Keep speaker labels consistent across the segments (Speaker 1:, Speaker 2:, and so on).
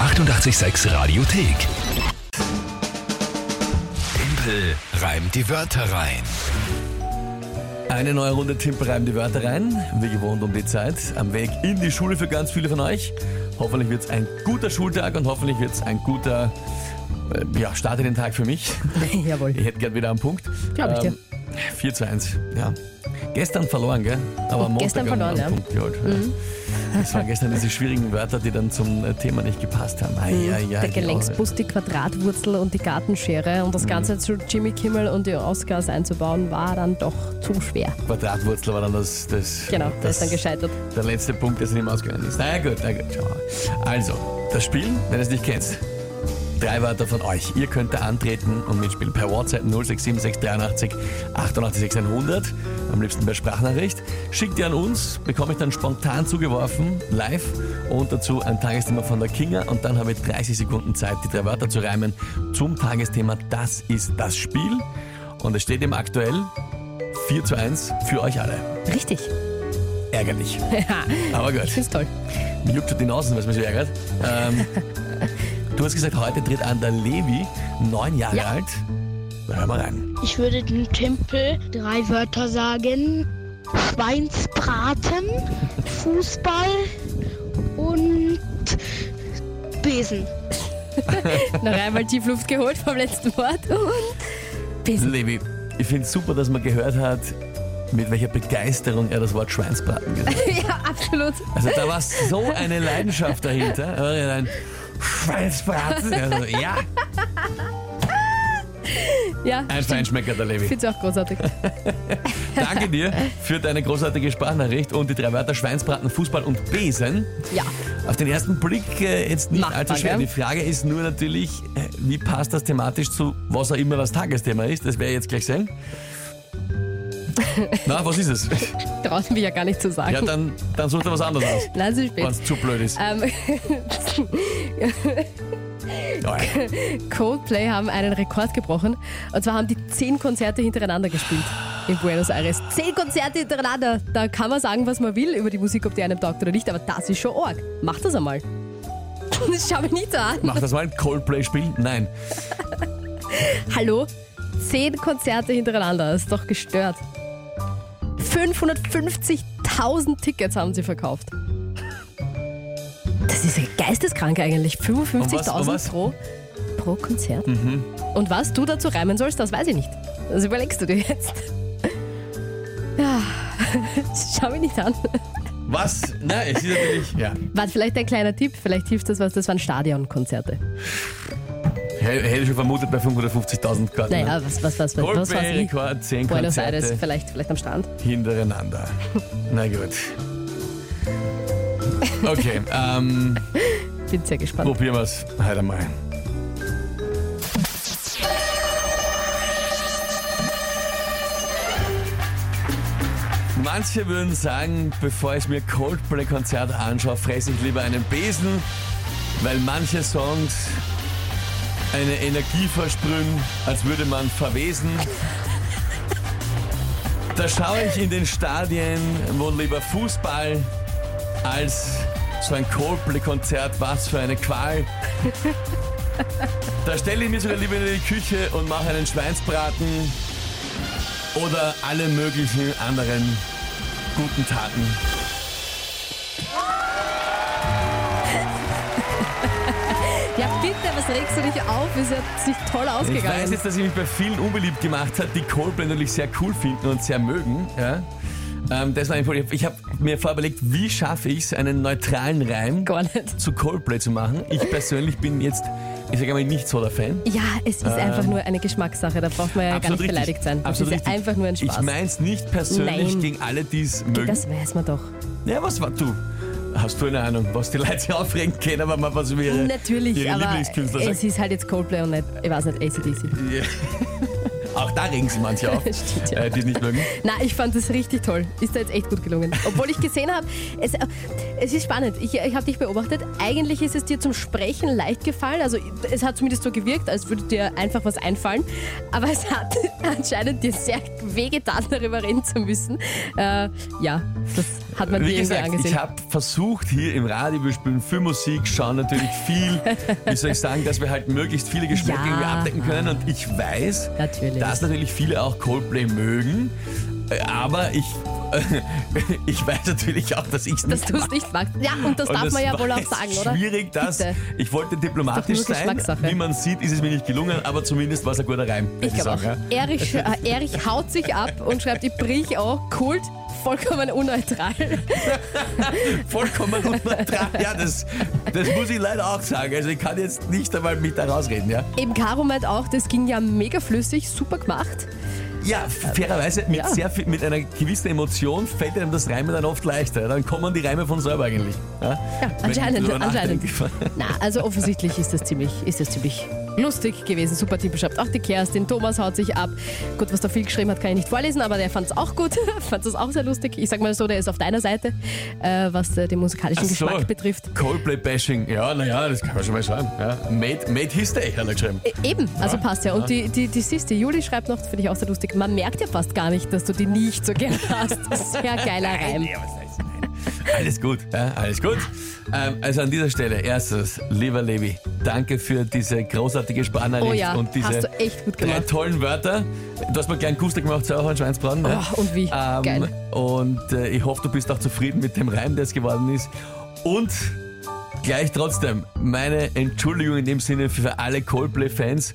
Speaker 1: 886 Radiothek. Tempel reimt die Wörter rein.
Speaker 2: Eine neue Runde Tipp reimt die Wörter rein. Wie gewohnt um die Zeit. Am Weg in die Schule für ganz viele von euch. Hoffentlich wird es ein guter Schultag und hoffentlich wird es ein guter äh, ja, Start in den Tag für mich.
Speaker 3: Jawohl.
Speaker 2: Ich hätte gern wieder einen Punkt.
Speaker 3: Glaub ich
Speaker 2: 4 zu 1, ja. Gestern verloren, gell? Aber am Montag
Speaker 3: Gestern
Speaker 2: einen- einen
Speaker 3: verloren, ja. Mhm.
Speaker 2: Punkt geholt. Ja. Das waren gestern diese schwierigen Wörter, die dann zum äh, Thema nicht gepasst haben. Ai, ai, ai,
Speaker 3: Mhm. Der
Speaker 2: die Augen.
Speaker 3: Gelenksbus, die Quadratwurzel und die Gartenschere und das Ganze zu Jimmy Kimmel und die Oscars einzubauen, war dann doch zu schwer.
Speaker 2: Quadratwurzel war dann das, das,
Speaker 3: Genau, der
Speaker 2: das
Speaker 3: ist dann gescheitert.
Speaker 2: der letzte Punkt, der sich nicht mehr ausgegangen ist. Na ja, gut, na gut, schauen wir mal. Also, das Spiel, wenn ihr es nicht kennst. Drei Wörter von euch. Ihr könnt da antreten und mitspielen per WhatsApp 0676 88 100. Am liebsten per Sprachnachricht. Schickt ihr an uns, bekomme ich dann spontan zugeworfen, live. Und dazu ein Tagesthema von der Kinga. Und dann habe ich 30 Sekunden Zeit, die drei Wörter zu reimen zum Tagesthema. Das ist das Spiel. Und es steht im aktuell 4 zu 1 für euch alle.
Speaker 3: Richtig.
Speaker 2: Ärgerlich.
Speaker 3: Ja,
Speaker 2: Aber gut.
Speaker 3: ich find's toll.
Speaker 2: Mir juckt schon die Nasen, was mich so ärgert. Ähm, du hast gesagt, heute tritt an der Levi, neun Jahre
Speaker 3: Ja.
Speaker 2: alt. Da hören wir rein.
Speaker 4: Ich würde dem Tempel drei Wörter sagen. Schweinsbraten, Fußball und Besen.
Speaker 3: Noch einmal tief Luft geholt vom letzten Wort und bis.
Speaker 2: Levi, ich finde super, dass man gehört hat, mit welcher Begeisterung er das Wort Schweinsbraten gesagt hat.
Speaker 3: Ja, absolut.
Speaker 2: Also da war so eine Leidenschaft dahinter. Aber Ein Schweinsbraten. Also, ja,
Speaker 3: Ja,
Speaker 2: ein
Speaker 3: stimmt.
Speaker 2: Feinschmecker, der
Speaker 3: Ich
Speaker 2: Levi.
Speaker 3: find's auch großartig.
Speaker 2: Danke dir für deine großartige Sprachnachricht und die drei Wörter Schweinsbraten, Fußball und Besen.
Speaker 3: Ja,
Speaker 2: Auf den ersten Blick äh, jetzt nicht
Speaker 3: Machbar,
Speaker 2: allzu schwer.
Speaker 3: gell?
Speaker 2: Die Frage ist nur natürlich, äh, wie passt das thematisch zu was auch immer das Tagesthema ist? Das werde ich jetzt gleich sehen. Na, was ist es?
Speaker 3: trauen wir ja gar nicht zu sagen.
Speaker 2: Ja, dann, dann sucht er was anderes aus,
Speaker 3: Nein, zu
Speaker 2: wenn
Speaker 3: spät.
Speaker 2: es zu blöd ist.
Speaker 3: Ähm,
Speaker 2: Ja, ja.
Speaker 3: Coldplay haben einen Rekord gebrochen. Und zwar haben die zehn Konzerte hintereinander gespielt in Buenos Aires. Zehn Konzerte hintereinander. Da kann man sagen, was man will über die Musik, ob die einem taugt oder nicht. Aber das ist schon arg. Mach das einmal. Das schau mich nicht so an.
Speaker 2: Mach das mal ein Coldplay-Spiel? Nein.
Speaker 3: Hallo? Zehn Konzerte hintereinander. Das ist doch gestört. 550.000 Tickets haben sie verkauft. Das ist ja geisteskrank eigentlich.
Speaker 2: Und was? Mhm.
Speaker 3: 55.000 pro, pro Konzert. Und was du dazu reimen sollst, das weiß ich nicht. Das überlegst du dir jetzt. Ja, schau mich nicht an.
Speaker 2: Was? Nein, es ist natürlich. Ja.
Speaker 3: Warte, vielleicht ein kleiner Tipp, vielleicht hilft das was, das waren Stadionkonzerte.
Speaker 2: Hätte hätte ich schon vermutet bei 550.000 Karten. ne?
Speaker 3: Naja, was, was, was, was, was weiß ich.
Speaker 2: Coldplay-Rekord, 10
Speaker 3: Buenos
Speaker 2: Konzerte.
Speaker 3: Aires, vielleicht, vielleicht am Strand.
Speaker 2: hintereinander. Na gut. Okay, ähm,
Speaker 3: Bin sehr gespannt.
Speaker 2: probieren wir es heute mal. Manche würden sagen, bevor ich mir Coldplay-Konzert anschaue, fresse ich lieber einen Besen, weil manche Songs eine Energie versprühen, als würde man verwesen. Da schaue ich in den Stadien, wo lieber Fußball als so ein Coldplay-Konzert, was für eine Qual. Da stelle ich mich sogar lieber in die Küche und mache einen Schweinsbraten oder alle möglichen anderen guten Taten.
Speaker 3: Ja, bitte, was regst du dich auf? Ist ja sich toll
Speaker 2: Ich weiß
Speaker 3: ausgegangen.
Speaker 2: jetzt, dass ich mich bei vielen unbeliebt gemacht habe, die Coldplay natürlich sehr cool finden und sehr mögen. Ja. Ähm, das war ein Problem. Ich habe mir vorher überlegt, wie schaffe ich es, einen neutralen Reim
Speaker 3: Gar nicht.
Speaker 2: zu Coldplay zu machen. Ich persönlich bin jetzt, ich sage mal, nicht so der Fan.
Speaker 3: Ja, es ist einfach nur eine Geschmackssache. Da braucht man ja gar nicht Äh, beleidigt sein. Das
Speaker 2: Absolut
Speaker 3: ist ja
Speaker 2: Ähm. richtig.
Speaker 3: einfach nur ein Spaß.
Speaker 2: Ich meine es nicht persönlich
Speaker 3: Nein.
Speaker 2: gegen alle, die es mögen.
Speaker 3: das weiß man doch.
Speaker 2: Ja, was war du? Hast du eine Ahnung, was die Leute sich aufregen können, aber mal was über ihre,
Speaker 3: Natürlich,
Speaker 2: ihre
Speaker 3: aber
Speaker 2: Lieblingskünstler sagen?
Speaker 3: es ist halt jetzt Coldplay und nicht, ich weiß nicht, ACDC.
Speaker 2: Ja. Auch da regen sie manche auf,
Speaker 3: Stimmt, ja.
Speaker 2: äh, die es nicht mögen.
Speaker 3: Na, ich fand das richtig toll. Ist da jetzt echt gut gelungen. Obwohl ich gesehen habe, es, äh, es ist spannend. Ich, ich habe dich beobachtet. Eigentlich ist es dir zum Sprechen leicht gefallen. Also es hat zumindest so gewirkt, als würde dir einfach was einfallen. Aber es hat anscheinend dir sehr wehgetan, darüber reden zu müssen. Äh, ja, das Hat man
Speaker 2: Wie
Speaker 3: dir irgendwie
Speaker 2: gesagt, ich
Speaker 3: angesehen.
Speaker 2: habe versucht hier im Radio, wir spielen viel Musik, schauen natürlich viel, wie soll ich sagen, dass wir halt möglichst viele Geschmäcker
Speaker 3: Ja.
Speaker 2: irgendwie abdecken können. Und ich weiß,
Speaker 3: Natürlich.
Speaker 2: dass natürlich viele auch Coldplay mögen, äh, aber ich, ich weiß natürlich auch, dass ich es
Speaker 3: Dass
Speaker 2: nicht
Speaker 3: du es nicht magst. Ja, und das
Speaker 2: Und
Speaker 3: darf
Speaker 2: es
Speaker 3: man ja wohl
Speaker 2: war
Speaker 3: auch
Speaker 2: jetzt
Speaker 3: sagen, oder?
Speaker 2: Schwierig, dass
Speaker 3: Bitte.
Speaker 2: ich wollte
Speaker 3: Ist
Speaker 2: diplomatisch
Speaker 3: doch nur
Speaker 2: sein.
Speaker 3: Geschmackssache.
Speaker 2: Wie man sieht, ist es mir nicht gelungen, aber zumindest war es ein guter Reim. muss
Speaker 3: Ich glaube auch.
Speaker 2: sagen, ja.
Speaker 3: Erich, äh, Erich haut sich ab und schreibt, ich brich auch. Kult, vollkommen unneutral.
Speaker 2: Vollkommen unneutral. Ja, das, das muss ich leider auch sagen. Also ich kann jetzt nicht einmal mit da rausreden, ja.
Speaker 3: Eben Caro meint auch, das ging ja mega flüssig, super gemacht.
Speaker 2: Ja, fairerweise, mit,
Speaker 3: Ja.
Speaker 2: Sehr viel, mit einer gewissen Emotion fällt einem das Reimen dann oft leichter. Dann kommen die Reime von selber eigentlich. Ja, Wenn ich
Speaker 3: anscheinend,
Speaker 2: drüber
Speaker 3: anscheinend.
Speaker 2: nachdenke.
Speaker 3: Na, also offensichtlich ist das ziemlich, ist das ziemlich lustig gewesen. Super Team beschreibt auch die Kerstin. Thomas haut sich ab. Gut, was da viel geschrieben hat, kann ich nicht vorlesen, aber der fand es auch gut. fand es auch sehr lustig. Ich sag mal so, der ist auf deiner Seite, äh, was äh, den musikalischen
Speaker 2: Ach so.
Speaker 3: Geschmack betrifft.
Speaker 2: Coldplay-Bashing. Ja, naja, das kann man schon mal schreiben. Ja. Made, made his day, hat er geschrieben.
Speaker 3: E- Eben, also
Speaker 2: Ja,
Speaker 3: passt ja. Und die, die, die Sis, die Juli schreibt noch, finde ich auch sehr lustig, man merkt ja fast gar nicht, dass du die nicht so gern hast. Sehr geiler Reim.
Speaker 2: Ja, was heißt nein? Alles gut, ja, alles gut. Ähm, also an dieser Stelle, erstes, lieber Levi, danke für diese großartige Sparnachricht
Speaker 3: Oh ja,
Speaker 2: und diese
Speaker 3: hast du echt gut
Speaker 2: drei
Speaker 3: gemacht.
Speaker 2: tollen Wörter. Du hast mir gleich einen Kuster gemacht, sauer und Schweinsbraten. ja.
Speaker 3: Oh, und wie?
Speaker 2: Ähm,
Speaker 3: Geil.
Speaker 2: Und äh, ich hoffe, du bist auch zufrieden mit dem Reim, der es geworden ist. Und gleich trotzdem, meine Entschuldigung in dem Sinne für alle Coldplay-Fans.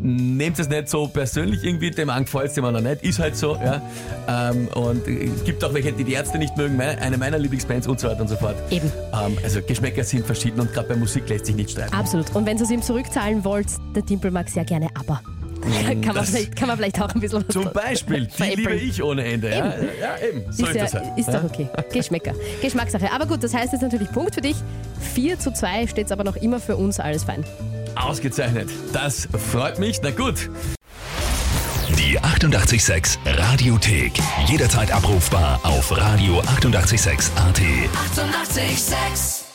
Speaker 2: Nehmt es nicht so persönlich irgendwie, dem einen gefällt dem anderen nicht, ist halt so, ja. Ähm, und äh, gibt auch welche, die die Ärzte nicht mögen, meine, eine meiner Lieblingsbands und so weiter und so fort.
Speaker 3: Eben.
Speaker 2: Ähm, also Geschmäcker sind verschieden und gerade bei Musik lässt sich nicht streiten.
Speaker 3: Absolut. Und wenn du es ihm zurückzahlen wollt, der Timpel mag sehr gerne aber. kann, man
Speaker 2: Mhm. das-
Speaker 3: vielleicht, kann man vielleicht auch ein bisschen was
Speaker 2: Zum Beispiel, die liebe
Speaker 3: Veräppeln.
Speaker 2: ich ohne Ende, ja.
Speaker 3: Ah, Eben.
Speaker 2: Ja, eben, so
Speaker 3: Ist,
Speaker 2: ist
Speaker 3: ja,
Speaker 2: das halt.
Speaker 3: ist doch okay. Geschmäcker. Geschmackssache. Aber gut, das heißt jetzt natürlich Punkt für dich. 4 zu 2 steht es aber noch immer für uns alles fein.
Speaker 2: Ausgezeichnet. Das freut mich. Na gut.
Speaker 1: Die 886 Radiothek. Jederzeit abrufbar auf radio886.at. 886!
Speaker 5: 886